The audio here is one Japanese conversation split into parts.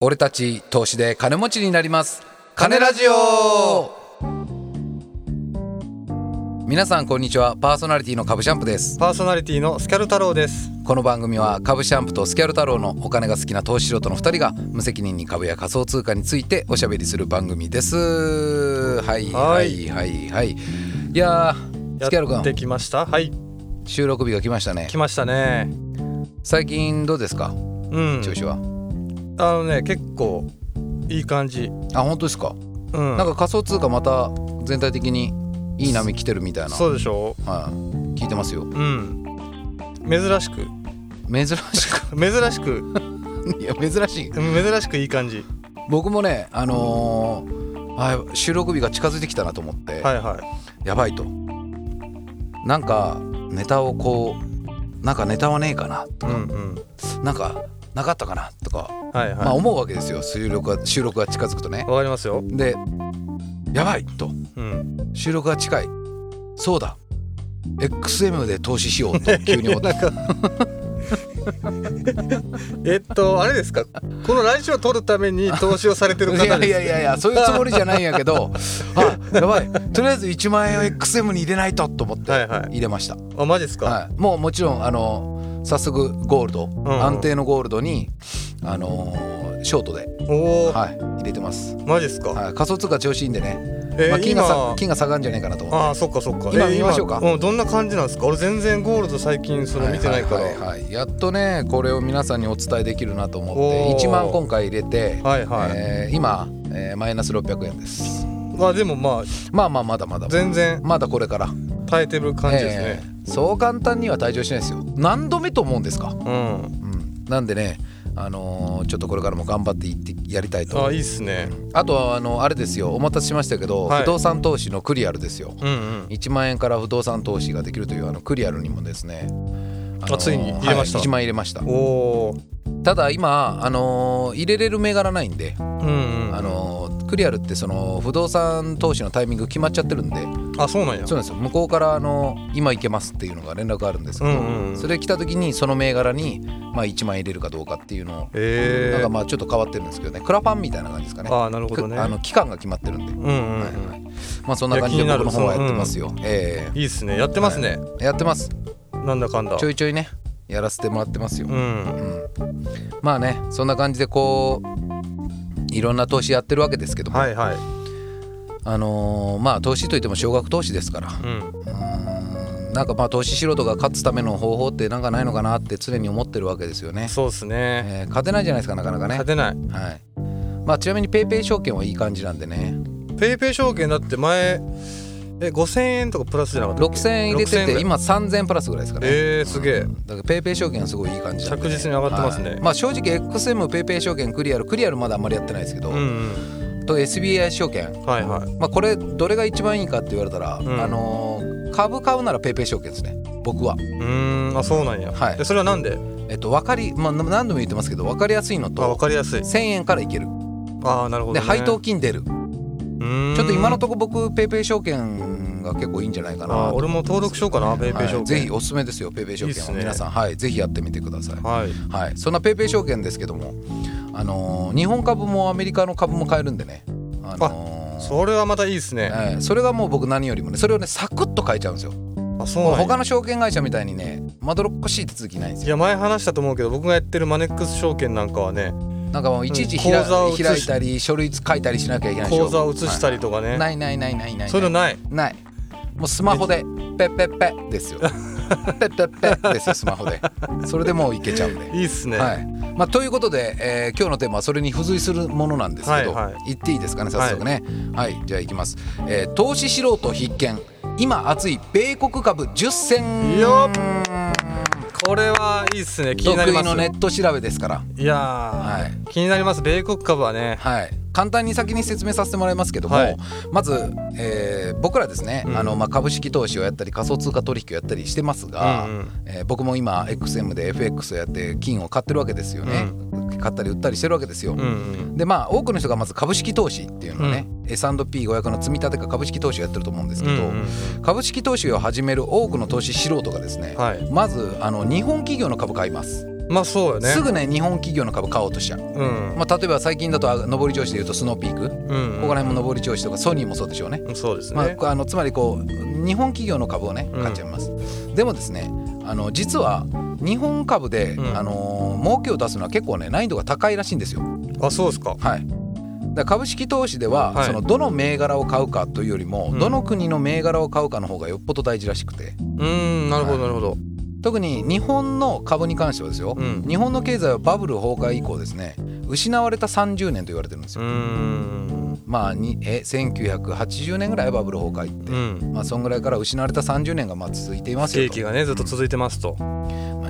俺たち投資で金持ちになります金ラジオ皆さんこんにちはパーソナリティの株シャンプですパーソナリティのスキャル太郎です。この番組は株シャンプとスキャル太郎のお金が好きな投資素人の2人が無責任に株や仮想通貨についておしゃべりする番組ですはいははいいはいはいいやースキャルやって君きました。はい、収録日が来ましたね来ましたね。最近どうですかうん。調子は、あのね、結構いい感じ。あ本当ですか、うん。なんか仮想通貨また全体的にいい波来てるみたいなそうでしょはい、聞いてますよう。うん。珍しく珍しく珍しくいや珍しいうん珍しくい い感じ。僕もねあのーあ収録日が近づいてきたなと思って、はいはい。やばいとなんかネタをこうなんかネタはねえかなうんうん。なんかなかったかなとか、はいまあ、は思うわけですよ収録が収録が近づくとねい。わかりますよ。でやばいとうん。収録が近いそうだ XM で投資しようと急に思ってなんかえっとあれですか。この来週を取るために投資をされてる いや方いでやす。いやいやそういうつもりじゃないんやけ どあやばいとりあえず1万円を XM に入れないとと思ってはいはい入れました、はあマジですいか。もうもちろんあの早速ゴールド、ん安定のゴールドにあのーショートで、おお、はい、入れてます、マジですか。はい、仮想通貨調子いいんでね、えまあ、ー金がさ今金が下がるんじゃないかなと思ってああそっかそっか今見ましょうか今ん、どんな感じなんですか俺全然ゴールド最近それ見てないかはらはいいはははいいはいやっとねこれを皆さんにお伝えできるなと思って1おー万今回入れて、い、えー今、えーマイナス600円ですまあでもままあまあまだまだあ全然まだこれから耐えてる感じですね、ええそう簡単には退場しないですよ何度目と思うんですか、うんうん、なんでねあのーちょっとこれからも頑張っていってやりたいとあああいいっすねとはあのあれですよお待たせしましたけど、はい不動産投資のクリアルですようんうん1万円から不動産投資ができるというあのクリアルにもですねああついに入れましたはい1万円入れましたおおーただ今、あのー入れれる銘柄ないんで、うんうんあのークリアルってその不動産投資のタイミング決まっちゃってるんであそうなんやそうなんですよ向こうからあの今行けますっていうのが連絡があるんですけど、うんうんうんそれ来た時にその銘柄に、まあ、1万入れるかどうかっていうのを、えなんえかまあちょっと変わってるんですけどねクラファンみたいな感じですかねああなるほどねくあの期間が決まってるんで、うんうん、はいいはいまあ、そんな感じでいや僕の気方になはるやってますよ、えいっすねやってますね、えやってますなんだかんだちょいちょいねやらせてもらってますよ、ううんんまあねそんな感じでこういろんな投資やってるわけですけども、はいはいあのーまあ投資といっても少額投資ですから、うんうーんなんかまあ投資素人が勝つための方法ってなんかないのかなって常に思ってるわけですよね。そうっすねえー勝てないじゃないですかなかなかね。勝てないはい。まあちなみにペイペイ証券はいい感じなんでね。ペイペイ証券だって前え5000円とかプラスじゃなかったっけ6000円入れて6000ぐらてい今3000プラスぐらいですかね。えーすげえうんだからペイペイ証券はすごいいい感じなんで着実に上がってますねはいまあ正直 XM ペイペイ証券クリアルクリアルまだあんまりやってないですけど、うんと SBI 証券うんはいはいまあこれどれが一番いいかって言われたら、んあのー株買うならペイペイ証券ですね僕は。うーんあそうなんや、はいでそれはなんでえっと、分かり、まあ、な何度も言ってますけど分かりやすいのあわとかりやすい1,000円からいけるああなるほど、でね、配当金出るうーんちょっと今のとこ僕ペイペイ証券が結構いいんじゃないかなあー俺も登録しようかなペイペイ証は券い、ぜひおすすめですよペイペイ証いいっ券はすね皆さん、はい、ぜひやってみてください、はいはい、そんなペイペイ証券ですけども、あのー日本株もアメリカの株も買えるんでね、あのーそれはまたいいですねええそれがもう僕何よりもねそれをねサクッと買えちゃうんですよあそうなんや他の証券会社みたいにねまどろっこしい手続きないんですいよや前話したと思うけど僕がやってるマネックス証券なんかはねなんかもういちいちうんひら口座を移し開いたり書類書いたりしなきゃいけないでしょ口座を移したりとかね、ないないないないないそういうのないないもうスマホでペッペッペッです よペッペッペッですよスマホでそれでもういけちゃうんで、いいっすね、はいまあ、ということで、えー今日のテーマはそれに付随するものなんですけど、はいは言っていいですかね早速ねはい、じゃあいきます、えー投資素人必見今熱い米国株10選よっこれはいいっすね気にな得り意ますのネット調べですからいやー、はい気になります米国株はねはい、簡単に先に説明させてもらいますけども、はいまず、えー僕らですね、うんあのまあ、株式投資をやったり仮想通貨取引をやったりしてますが、うんうんえー僕も今 XM で FX をやって金を買ってるわけですよね、買ったり売ったりしてるわけですよ。うんうんでまあ、多くの人がまず株式投資っていうのをね、S&P500 の積み立てか株式投資をやってると思うんですうけんうど、ん株式投資を始める多くの投資素人がですね、はいまずあの日本企業の株買いますまあそうよねすぐね日本企業の株買おうとしちゃう、うん、まあ、例えば最近だとあ上り調子でいうとスノーピーク、うん、ここら辺も上り調子とかソニーもそうでしょうねうんそうですね、まあこう、あのつまりこう日本企業の株をねうん買っちゃいます、でもですねあの実は日本株で、うんあのー儲けを出すのは結構ね難易度が高いらしいんですよ。あ、そうですかはいだから株式投資では、はいそのどの銘柄を買うかというよりも、うんどの国の銘柄を買うかの方がよっぽど大事らしくてうーんなるほどなるほど、特に日本の株に関してはですよ、うん日本の経済はバブル崩壊以降ですね失われた30年と言われてるんですうよ。ーんまあ、にえ1980年ぐらいバブル崩壊って、うんまあ、そんぐらいから失われた30年がまあ続いていますよ景と気がねずっと続いてますと、まあ、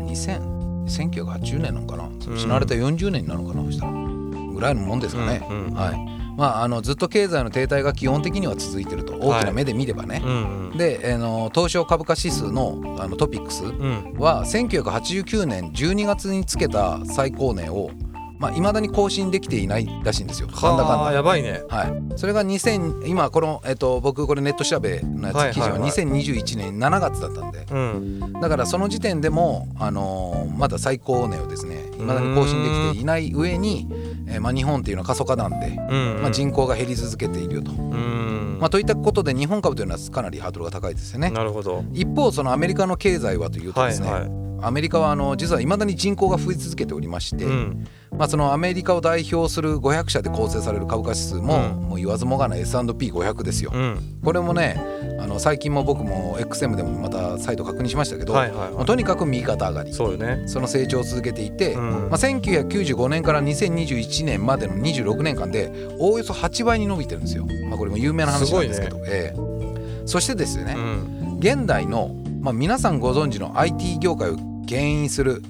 2000 1980年なのかな失われた40年なのかなそしたらぐらいのもんですかね、うんうんはいまあ、あのずっと経済の停滞が基本的には続いてると大きな目で見ればね、うんうんで、あの東証株価指数のあのトピックスうんは1989年12月につけた最高値をいまあ、未だに更新できていないらしいんですよなんだかんだはあやばいねはい、それが2000今この、えっと、僕これネット調べのやつ、はいはいはい記事は2021年7月だったんでうんだからその時点でも、あのーまだ最高値をですねいまだに更新できていない上に、えーまあ、日本っていうのは過疎化なんで、うんまあ、人口が減り続けているよと。うん、まあ、といったことで日本株というのはかなりハードルが高いですよね。なるほど一方そのアメリカの経済はというとはでいすね、はアメリカはあの実はいまだに人口が増え続けておりましいて、うんまあ、そのアメリカを代表する500社で構成される株価指数も、うんもう言わずもがな S&P500 ですよ。うんこれもねあの最近も僕も XM でもまた再度確認しましたけど、はいはいもはうとにかく右肩上がりいそうよねその成長を続けていて、うんまあ、1995年から2021年までの26年間でおおよそ8倍に伸びてるんですよ、まあ、これも有名な話なんですけどええそしてですよね、うん現代の、まあ、皆さんご存知の IT 業界を牽引する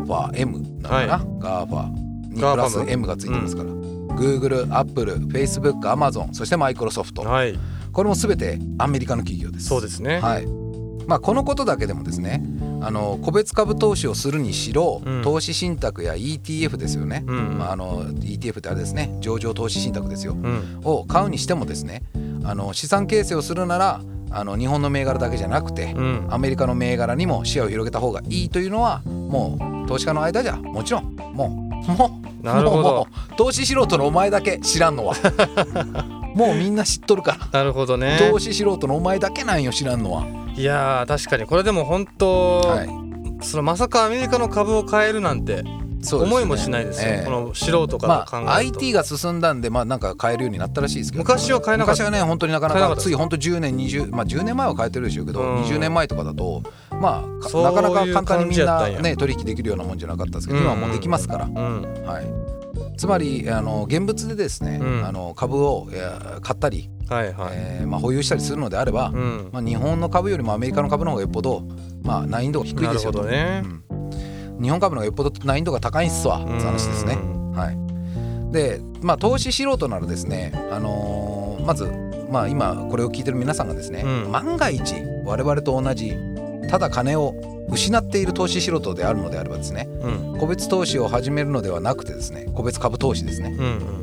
GAFAM なのかな、GAFA にプラス GAFAM M がついてますから、Google、Apple、Facebook、Amazon そして Microsoft はいこれも全てアメリカの企業です。そうですねはいまあ、このことだけでもですねあの個別株投資をするにしろ、うん投資信託や ETF ですよね、うんまあ、あの ETF ってあれですね上場投資信託ですようんを買うにしてもですねあの資産形成をするならあの日本の銘柄だけじゃなくて、うんアメリカの銘柄にも視野を広げた方がいいというのはもう投資家の間じゃもちろんもうもうなるほどもうもう投資素人のお前だけ知らん のはもうみんな知っとるから。なるほどね投資素人のお前だけなんよ知らんのは、いやー確かにこれでも本当、はい、そのまさかアメリカの株を買えるなんてそうですね思いもしないですよええこの素人からま考えると、あ IT が進んだんでまあなんか買えるようになったらしいですけど、昔は買えなかった昔はね本当になかな買えなかかったつい本当10年20まあ10年前は買えてるでしょうけど、うん20年前とかだとまあかそういうなかなか簡単にみん感なじやったんね取引できるようなもんじゃなかったですけど、うん今はもうできますから、うんはい。つまりあの現物でですね、うんあの株を、えー買ったり、はいはい、えーまあ保有したりするのであれば、うん、まあ日本の株よりもアメリカの株の方がよっぽどまあ難易度が低いなでるすよほとど。ねうん日本株の方がよっぽど難易度が高いんすわって話ですねう。んはい、で、まあ、投資素人ならですね、あのーまず、まあ、今これを聞いてる皆さんがですね、うん万が一我々と同じただ金を失っている投資素人であるのであればですねうん個別投資を始めるのではなくてですね個別株投資ですね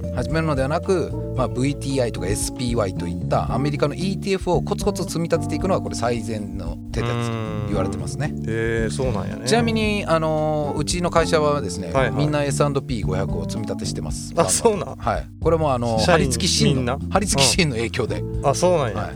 うん始めるのではなく、まあ、VTI とか SPY といったアメリカの ETF をコツコツ積み立てていくのがこれ最善の手だと言われてますね。えー、そうなんやねちなみに、あのーうちの会社はですね、はいはいみんな S&P500 を積み立てしてます。あそうなんはい、これもあのー社張員り付きシーンみんのな張り付きシーンの影響で、あそうなんや、はい、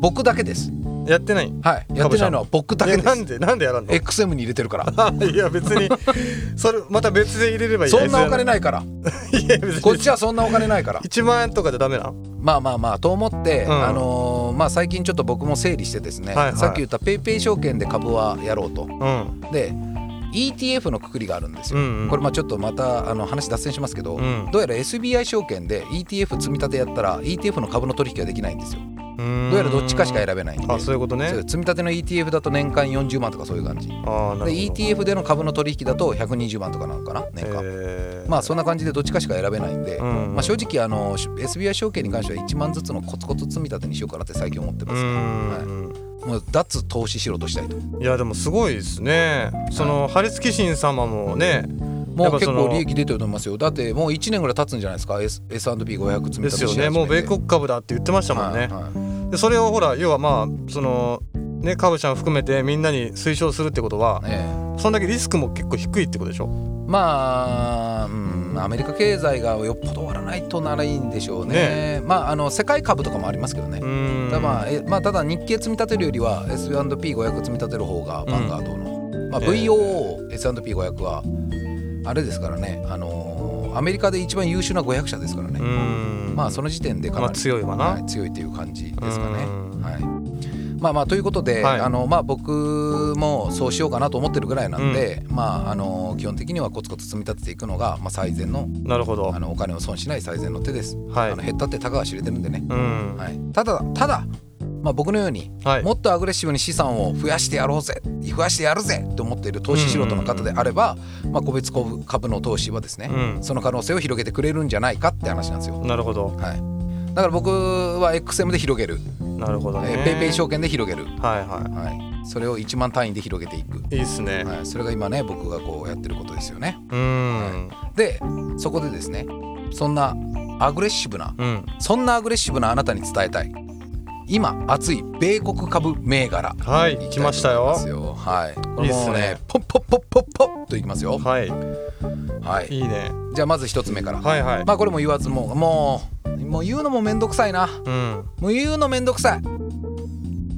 僕だけです。やってないんはい、やってないのは僕だけえでなんす。でなんでやらんの XM に入れてるから。 あいや別に それまた別で入れればいいそんなお金なないから。いや別こっにちはそんなお金ない から。 1万円とかじゃダメなまあまあまあと思って、うんあのーまあ最近ちょっと僕も整理してですね、はいはいさっき言ったペイペイ証券で株はやろうと。うんで、ETF のくくりがあるんですよ。うんうんこれまあちょっとまたあの話脱線しますけど。うんどうやら SBI 証券で ETF 積み立てやったら ETF の株の取引ができないんですよ。どうやらどっちかしか選べないんで。あそういうことねそう積み立ての ETF だと年間40万とかそういう感じ。でああなるほど ETF での株の取引だと120万とかなのかな年間。えーまあそんな感じでどっちかしか選べないんで、うんまあ、正直あの SBI 証券に関しては1万ずつのコツコツ積み立てにしようかなって最近思ってうます、ん、もう脱投資しろとしたいとい、やでもすごいですねそのハリツキシン様もねもやうっぱ結その構利益出てると思いますよだってもう1年ぐらい経つんじゃないですか S- S&P500 積みで立てすしよ始めねてもう米国株だって言ってましたもんね、はいはいでそれをほら要はまあそのねカブちゃん含めてみんなに推奨するってことはええそんだけリスクも結構低いってことでしょまあ、うん、アメリカ経済がよっぽど終わらないとならいいんでしょうね。まああの世界株とかもありますけどねう。ーんただまあえまあただ日経積み立てるよりは S&P500 積み立てる方がバンガードの、まあええ VOO S&P500 はあれですからね。あのーアメリカで一番優秀な500社ですからうーね。んまあその時点でかまなあり強いわな、はい、強いという感じですかねうん。はいまあまあということで、はいあのまあ、僕もそうしようかなと思ってるぐらいなんで、まあ、あの基本的にはコツコツ積み立てていくのが、まあ、最善のなるほどあのお金を損しない最善の手です。はいあの減ったってたかが知れてるんでね、うんはい、ただただ、まあ、僕のように、はいもっとアグレッシブに資産を増やしてやろうぜ増やしてやるぜと思っている投資素人の方であれば、まあ、個別株の投資はですね、うんその可能性を広げてくれるんじゃないかって話なんですよ。なるほどはい、だから僕は XM で広げる、なるほえどね、ー、ペイペイ証券で広げる、はいははい、それを1万単位で広げていく、いいいっすね、はい、それが今ね僕がこうやってることですよねうーんでそこでですねそんなアグレッシブなうんそんなアグレッシブなあなたに伝えたい今熱い米国株銘柄はいい来ましたよきいと思いますよはいこれいいっもすうねねポッポッポッポッポッといきますよはいはいいいねじゃあまず一つ目からはいはい、まあこれも言わずもうもうもう言うのもめんどくさいなうんもう言うのめんどくさい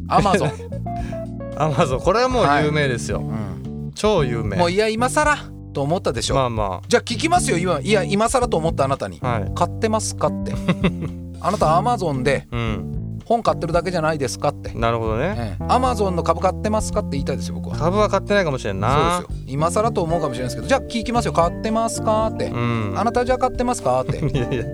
アマゾン、 アマゾンこれはもう有名ですよ、うん超有名もういや今更と思ったでしょ、まあまじゃあ聞きますよ今いや今更と思ったあなたにあはい買ってますか ってあなたアマゾンでうん本買ってるだけじゃないですかってなるほどねアマゾンの株買ってますかって言いたいですよ僕は株は買ってないかもしれんなそうですよ今更と思うかもしれないですけどじゃあ聞きますよ買ってますかって、うんあなたじゃあ買ってますかって いやいやな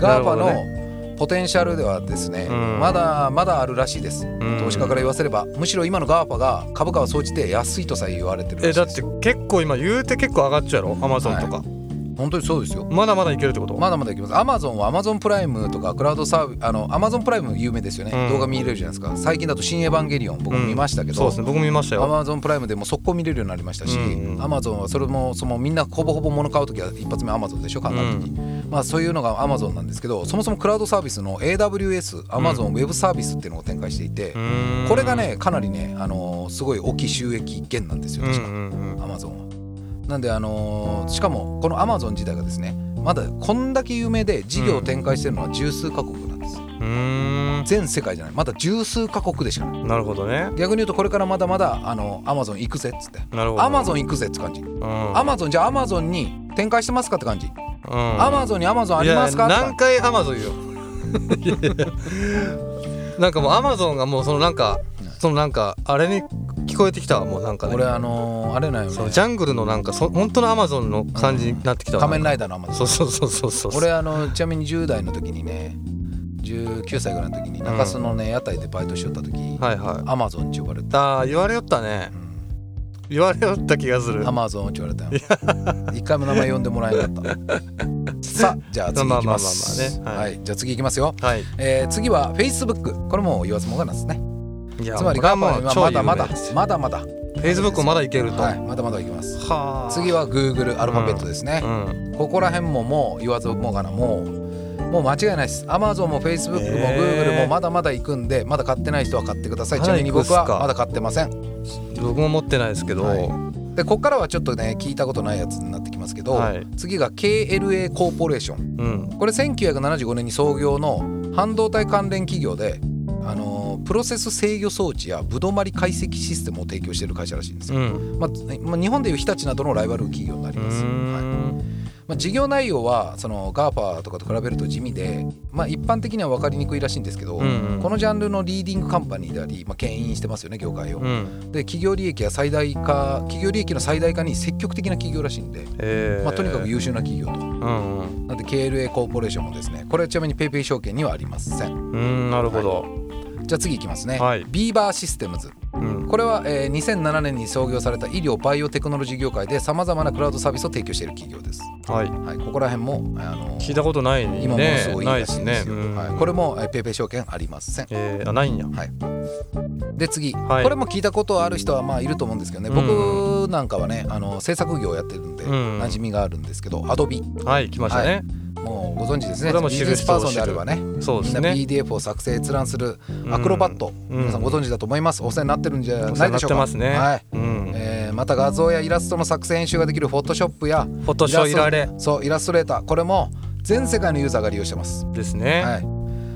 ガーるファほどねのポテンシャルではですね、うんまだまだあるらしいです、ん投資家から言わせればむしろ今のガーファが株価は総じて安いとさえ言われてるらしえいでだすって結構今言うて結構上がっちゃうやろアマゾンとか、本当にそうですよまだまだいけるってこと、まだまだいきますアマゾンはアマゾンプライムとかクラウドサービスあのアマゾンプライム有名ですよね、うん動画見れるじゃないですか最近だと「新エヴァンゲリオン」僕うん見ましたけど、そうですね僕も見ましたアよマゾンプライムでも速攻見れるようになりましたし、うんうんアマゾンはそれもそのみんなほぼほぼ物買う時は一発目アマゾンでしょ買う時に、まあそういうのがアマゾンなんですけどそもそもクラウドサービスの AWS アマゾンウェブサービスっていうのを展開していて、うんこれがねかなりね、あのーすごい大きい収益源なんですようん確うか、んうんアマゾンは。なんであのーしかもこのアマゾン自体がですねまだこんだけ有名で事業を展開してるのは十数カ国なんです、うーん全世界じゃないまだ十数カ国でしかないなるほどね逆に言うとこれからまだまだあのアマゾン行くぜっつってなるほどアマゾン行くぜって感じうんアマゾンじゃあアマゾンに展開してますかって感じうんアマゾンにアマゾンありますかいってや感何回アマゾン言うよ いやいやなんかもうアマゾンがもうそのなんかそのなんかあれに聞こえてきたわもうなんかじね俺あのーあれなんよそうねジャングルのなんかそ本当のアマゾンの感じになってきたわ仮面ライダーのアマゾンそうそうそうそうそう俺あのちなみに10代の時にね19歳ぐらいの時に中洲のね屋台でバイトしよった時はいはいアマゾンって呼ばれてあー言われよったね言われよった気がするアマゾンって言われたよ一回も名前呼んでもらえなか ったさあじゃあ次いきますまあまあまあまあねははいじゃあ次いきますよはいえー次は Facebook これもう言わずもがなですねいやつまりこガれはンマもはう今超ま有だま名だですまだまだ Facebook もまだいけるとはいまだまだいきますは次は Google アルファベットですね、うんここら辺ももう言わずもがなもうもう間違いないですアマゾンも Facebook もえ Google ーもまだまだ行くんでまだ買ってない人は買ってくださいまちだな行みくにんすか僕はまだ買ってません僕も持ってないですけど、はいでここからはちょっとね聞いたことないやつになってきますけど、はい次が KLA コーポレーションうんこれ1975年に創業の半導体関連企業であのープロセス制御装置やぶどまり解析システムを提供している会社らしいんですうよ、んまあつまあ日本でいう日立などのライバル企業になりうます、はいんまあ、事業内容はその GAFA とかと比べると地味で、まあ、一般的には分かりにくいらしいんですけど、うんうんこのジャンルのリーディングカンパニーであり、まあ、牽引してますよね業界を、うんで企業利益や最大化企業利益の最大化に積極的な企業らしいんで、えーまあ、とにかく優秀な企業とうんうんなんで KLA コーポレーションもですねこれはちなみに PayPay 証券にはありませんうーんなるほど、じゃあ次いきますね、はいビーバーシステムズうんこれは、えー2007年に創業された医療バイオテクノロジー業界でさまざまなクラウドサービスを提供している企業です、はいはい、ここら辺も、あの聞いたことないね今ものすごいいいないらでしすいんでねすよ。うんはい、これもえーペイペイ証券ありません。えー、あないんやで次、はいこれも聞いたことある人はまあいると思うんですけどね、うん僕なんかはねあの制作業をやってるんで、うん馴染みがあるんですけどアドビはい来ましたね、ももご存知ですねこれはもうビ知ジるネスパーソンであればねそうでみんなすね PDF を作成閲覧するアクロバット、うん皆さんご存知だと思いますお世話になってるんじゃおな世話いになでっしてょうかますね、はいうん、えーまた画像やイラストの作成編集ができるフォトショップやフォトショーいられそうイラストレーターこれも全世界のユーザーが利用してます。ですね、はい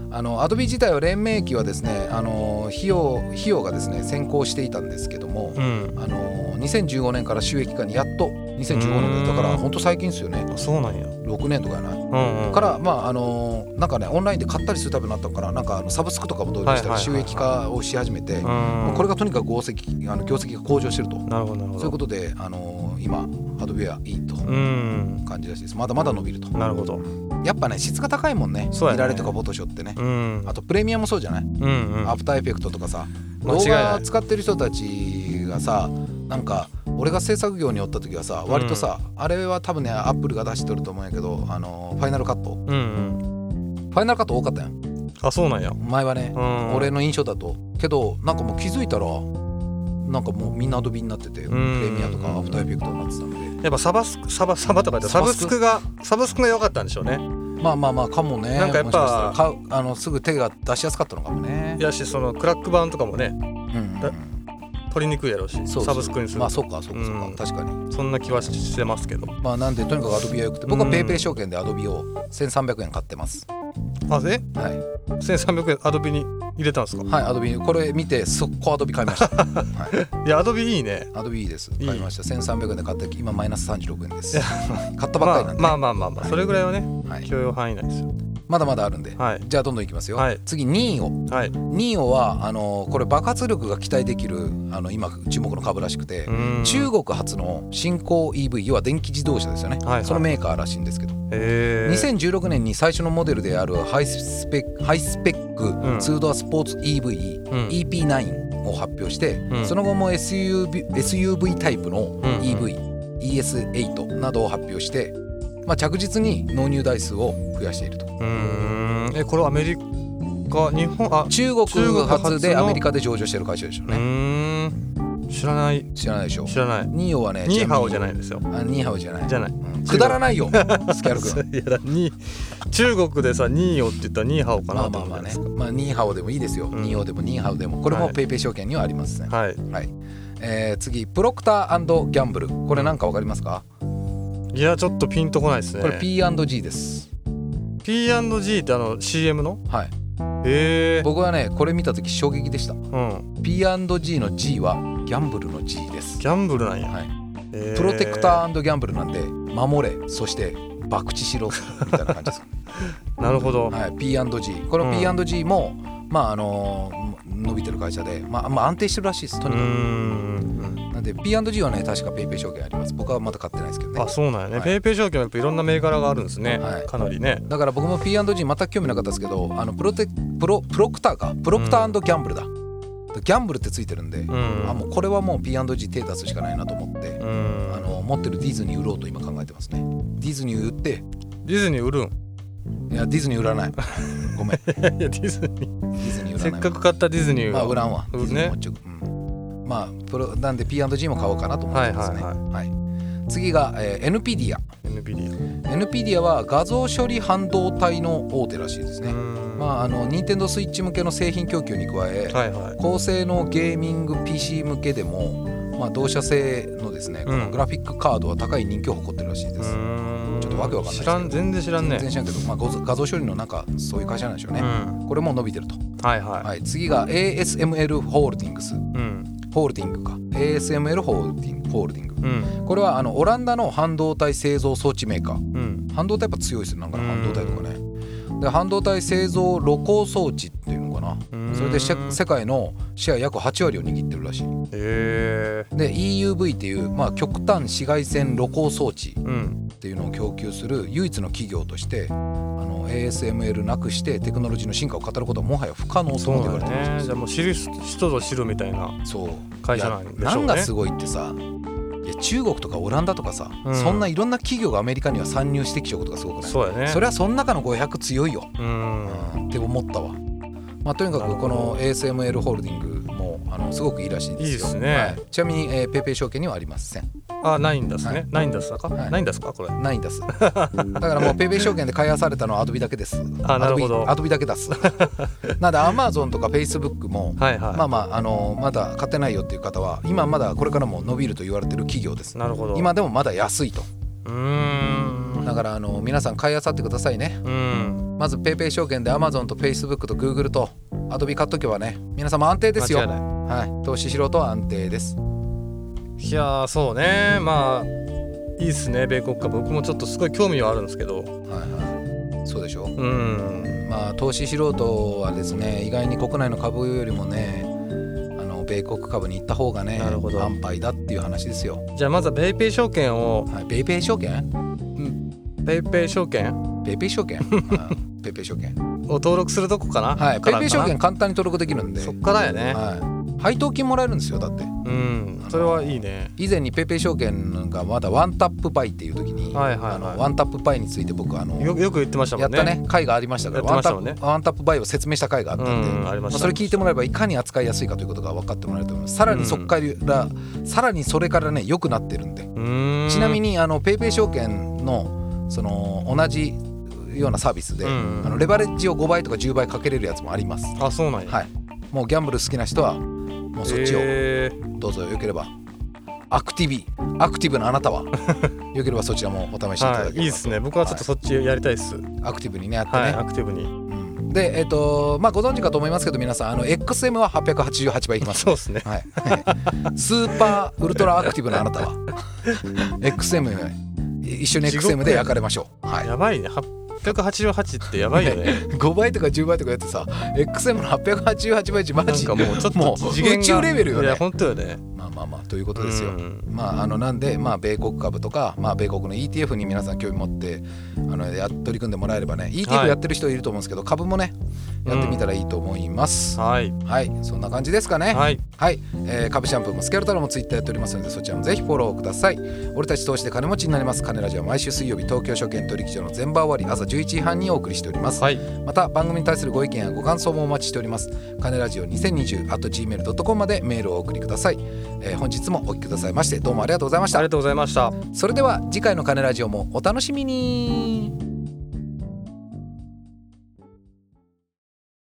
あのアドビ自体は連盟期はですねあの費用費用がですね先行していたんですけども、うんあの2015年から収益化にやっと2015年だったからうん本当最近ですよねあそうなんや6年とかやない、うんうんからまああのなんかねオンラインで買ったりするためになったのからなんかあのサブスクとかも導入したりはいはい収はいはい益化をし始めて、うんこれがとにかく業績あの業績が向上してるとなるほどなるほどそういうことで、あのー今アドビはいいとうん感じらしいですまだまだ伸びるとなるほどやっぱね質が高いもんねそうやね見られとかフォトショーってねうんあとプレミアもそうじゃない、うんうんアフターエフェクトとかさ間違動いない画使ってる人たちがさなんか俺が制作業におった時はさ割とさ、あれは多分ねアップルが出してると思うんやけど、あのーファイナルカットうんうんファイナルカット多かったやんあそうなんや前はねう、ん俺の印象だとけどなんかもう気づいたらなんかもうみんなアドビになってて、プんレミアとかアフターエフェクトになってたんでやっぱサバスクサバサバとか言ったササバブスクスクがサブスクが良かったんでしょうねまあまあまあかもねなんかやっぱもしかしたらかあのすぐ手が出しやすかったのかもねいやしそのクラック版とかもねうんうんだ取りにくいやろうしそうそうサブスクにする、まあそうかそうかそうか、うん確かにそんな気はしてますけどまあなんでとにかくアドビはよくて僕うはんペイペイ証券でアドビを1300円買ってますあえはい1300円アドビに入れたんですかはいアドビこれ見て速攻アドビ買いま した、はい、いやアドビいいねアドビいいですいい買いました1300円で買って今マイナス36円です買ったばっかりなんで、まあまあまあまあ、まあ、それぐらいはねはい、許容範囲内ですよまだまだあるんで、はいじゃあどんどんいきますよ、はい次ニーオはいニーオはあのこれ爆発力が期待できるあの今注目の株らしくて、うん中国発の新興 EV 要は電気自動車ですよね、はいはいそのメーカーらしいんですけど、えー、 2016年に最初のモデルであるハイスペックハイスペックん2ドアスポーツ EV、うん EP9 を発表して、うんその後も SUV, SUV タイプのんうん EV、ES8 などを発表して、まあ、着実に納入台数を増やしているとうーんえこれアメリカ日本あ中国中国発発でのアメリカで上場してる会社でしょううね、ーん知らない知らないでしょ知らないニーオはねニーハオじゃないないですよあニーハオじゃないじゃないうんくだらないよ スキャル君いやだに中国でさニーヨって言ったらニーハオかまなあとまあ思まっあたんねです、まあ、ニーハオでもいいですよ、うんニーオでもニーハオでもこれもはいペイペイ証券にはありますね、はいはいえー次プロクターギャンブルこれなんかわかりますか、いやちょっとピンとこないですねこれ P&G です、 P&G ってあの CM のはい、へえ僕はねこれ見た時衝撃でしたうん、 P&G の G はギャンブルの G です、ギャンブルなんや、はい、へープロテクターギャンブルなんで守れそして博打しろみたいな感じ です、なるほど、はい、P&G この P&G も、まああのー伸びてる会社で、まあ、まあ安定してるらしいですとうにーかくんなんで P&G はね確かペイペイ証券あります僕はまだ買ってないですけどねあそうなんやね、はいペイペイ証券はやっぱいろんな銘柄があるんですね、はいかなりねだから僕も P&G 全く興味なかったですけどあのプロテプロプロクターかプロクターギャンブルだ、ギャンブルってついてるんで、んあもうこれはもう P&G 手出すしかないなと思ってう、んあの持ってるディズニー売ろうと今考えてますねディズニー売ってディズニー売るんいいやディズニー売ら ないごめんデやディズニーィズニー売らないせっかく買ったディズニーまあは売らんわデ売ィるズニーね持っちゃう、うん、まあプロなんで P&G も買おうかなと思ってますね、はいはいはい次が、えー、NPD ア NVIDIA NPD は画像処理半導体の大手らしいですね、ままああの Nintendo Switch 向けの製品供給に加え、はいはい高性能ゲーミング PC 向けでも、まあ、同社製のですね、うんこのグラフィックカードは高い人気を誇ってるらしいです、うーんちょっとわけわかんないですけど知らん全然知らんね全然知らんけど、まあ、ごぞ画像処理のなんかそういう会社なんでしょうね、これも伸びてると、うん、はいはい、はい、次が ASML ホールディングスうんホールディングか ASML ホールディングホールディングうんこれはあのオランダの半導体製造装置メーカーうん半導体やっぱ強いですよなんかね半導体とかねで半導体製造露光装置っていうのかなうんそれでシェ世界のシェア約8割を握ってるらしいへえで EUV っていう、まあ、極端紫外線露光装置うんっていうのを供給する唯一の企業としてあの ASML なくしてテクノロジーの進化を語ることはもはや不可能とそもう言われだてるらしいねでじすゃあもう知る人ぞ知るみたいなそう会社なんでしょうねいや何がすごいってさいや中国とかオランダとかさ、うんそんないろんな企業がアメリカには参入してきちゃうことがすごくないそうやねそれはその中の500強いよ、うんうんって思ったわ、まあ、とにかくこの ASML ホールディングもあのすごくいいらしいですよいいですねはい、ちなみに、えー、ペイペイ証券にはありませんああないんですはねないんですかはいないんですかこれないん ですだからもうペイペイ証券で買いあされたのはアドビだけですあなるほどアドビアドビだけ出 すなんでアマゾンとかフェイスブックも、はいはいまあまああのまだ買ってないよっていう方は今まだこれからも伸びると言われてる企業ですなるほど今でもまだ安いとうーんだからあの皆さん買いあさってくださいねうんまずペイペイ証券でアマゾンとフェイスブックとグーグルとアドビ買っとけばね皆様安定ですよ間違いないはい投資素人は安定ですいやーそうねまあいいっすね米国株僕もちょっとすごい興味はあるんですけどはいはいそうでしょうんまあ投資素人はですね意外に国内の株よりもねあの米国株に行った方がねなるほど安牌だっていう話ですよ、じゃあまずはペイペイ証券をはい、ペイペイ証券ペイペイ証券ペイペイ証 券はいペイペイ証券を登録するとこかなはいペイペイ証券か簡単に登録できるんでなそっからやねはい、配当金もらえるんですよだってうんそれはいいね以前にペイペイ証券がまだワンタップパイっていう時に、はいはいはいあのワンタップパイについて僕あのよよく言ってましたやもったんねね回がありましたからやってワまンしタたもんッねプワンタップバイを説明した回があったんで、うんありましたそれ聞いてもらえばいかに扱いやすいかということが分かってもらえると思いますさらにそっから、さらにそれからね良くなってるんで、うーんちなみににあのペイペイ証券のその同じようなサービスで、うんあのレバレッジを5倍とか10倍かけれるやつもありますあそうなんやはいもうギャンブル好きな人はもうそっちをえーどうぞよければアクティビアクティブなあなた はよければそちらもお試しいただければはいと、いいですね僕はちょっとそっちやりたいっすはアクティブにねやってね、いアクティブにうんでえっ、とまあご存知かと思いますけど皆さんあの XM は888倍いきますそうっすねはい、 スーパーウルトラアクティブなあなたは XM より一緒に XM で焼かれましょう、はい、やばいね888ってやばいよね 5倍とか10倍とかやってさ XM の888倍ってマなんジかもうちょっもとう次元が宇宙レベルよねいや本当よねまあまあまあということですよ、うんまあ、あのなんで、まあ、米国株とか、まあ、米国の ETF に皆さん興味持ってあのや取り組んでもらえればね ETF やってる人いると思うんですけど、株もねやってみたらいいと思います、はいはいそんな感じですかねはいはい、えー株シャンプーもスキャルタロもツイッターやっておりますのでそちらもぜひフォローください俺たち投資で金持ちになります金ラジオは毎週水曜日東京証券取引所の全場終わり朝11時半にお送りしております、はいまた番組に対するご意見やご感想もお待ちしております金ラジオ 2020.gmail.com までメールをお送りください、えー本日もお聞きくださいましてどうもありがとうございましあたりがとうございましたそれでは次回の金ラジオもお楽しみに